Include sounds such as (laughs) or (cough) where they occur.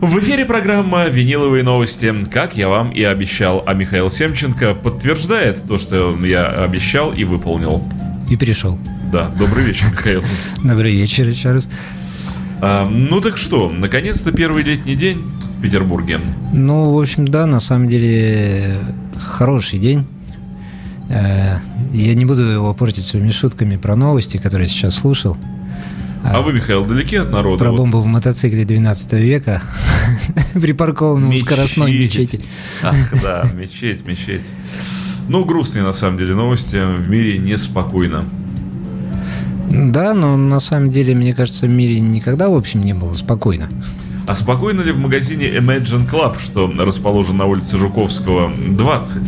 В эфире программа «Виниловые новости». Как я вам и обещал, а Михаил Семченко подтверждает то, что я обещал и выполнил. И пришел. Да, добрый вечер, Михаил. Добрый вечер, еще раз. А, ну так что, наконец-то первый летний день в Петербурге. Ну, в общем, да, на самом деле хороший день. Э, Я не буду его портить своими шутками про новости, которые я сейчас слушал. Э, А, вы, Михаил, далеки от народа? Про Вот бомбу в мотоцикле 12 века, (laughs) припаркованную у скоростной мечети. Ах, да, мечеть, мечеть. Ну, грустные на самом деле новости. В мире неспокойно. Да, но на самом деле, мне кажется, в мире никогда, в общем, не было спокойно. А спокойно ли в магазине Imagine Club, что расположен на улице Жуковского 20?